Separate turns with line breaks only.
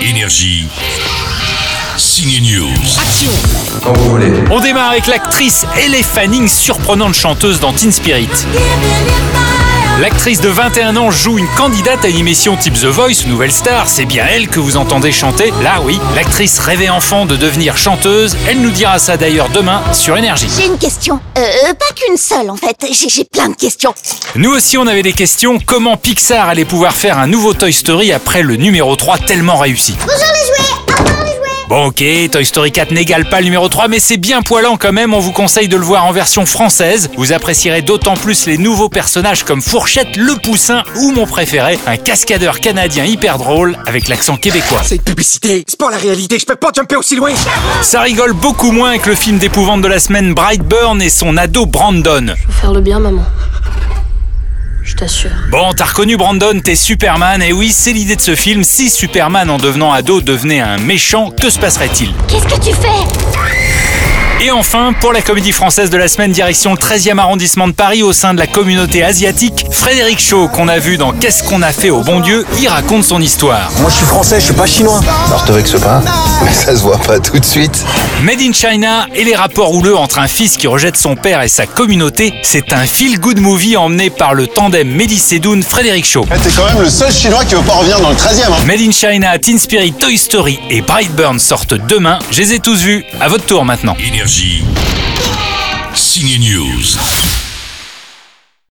Énergie. Signe News.
Action
Quand vous voulez.
On démarre avec l'actrice Ellie Fanning, surprenante chanteuse dans Teen Spirit. L'actrice de 21 ans joue une candidate à une émission type The Voice, Nouvelle Star. C'est bien elle que vous entendez chanter. Là, oui, l'actrice rêvait enfant de devenir chanteuse. Elle nous dira ça d'ailleurs demain sur Énergie.
J'ai une question. Euh, pas qu'une seule en fait. J'ai j'ai plein de questions.
Nous aussi, on avait des questions. Comment Pixar allait pouvoir faire un nouveau Toy Story après le numéro 3 tellement réussi
Bonjour les jouets. Au revoir les jouets.
Bon ok, Toy Story 4 n'égale pas le numéro 3, mais c'est bien poilant quand même, on vous conseille de le voir en version française. Vous apprécierez d'autant plus les nouveaux personnages comme Fourchette, le Poussin ou mon préféré, un cascadeur canadien hyper drôle avec l'accent québécois.
C'est une publicité, c'est pas la réalité, je peux pas jumper aussi loin.
Ça rigole beaucoup moins que le film d'épouvante de la semaine Brightburn et son ado Brandon.
Faire le bien, maman. Je t'assure.
Bon, t'as reconnu Brandon, t'es Superman, et oui, c'est l'idée de ce film, si Superman en devenant ado devenait un méchant, que se passerait-il
Qu'est-ce que tu fais
Et enfin, pour la comédie française de la semaine, direction le 13e arrondissement de Paris au sein de la communauté asiatique, Frédéric Shaw, qu'on a vu dans Qu'est-ce qu'on a fait au bon Dieu, y raconte son histoire.
Moi je suis français, je suis pas chinois.
Partez avec ce pain, mais ça se voit pas tout de suite.
Made in China et les rapports houleux entre un fils qui rejette son père et sa communauté, c'est un feel-good movie emmené par le tandem Mehdi Sedoun, Frédéric Shaw.
Eh, T'es quand même le seul Chinois qui veut pas revenir dans le 13 e
Made in China, Teen Spirit, Toy Story et Brightburn sortent demain. Je les ai tous vus. À votre tour maintenant.
Énergie. Signe News.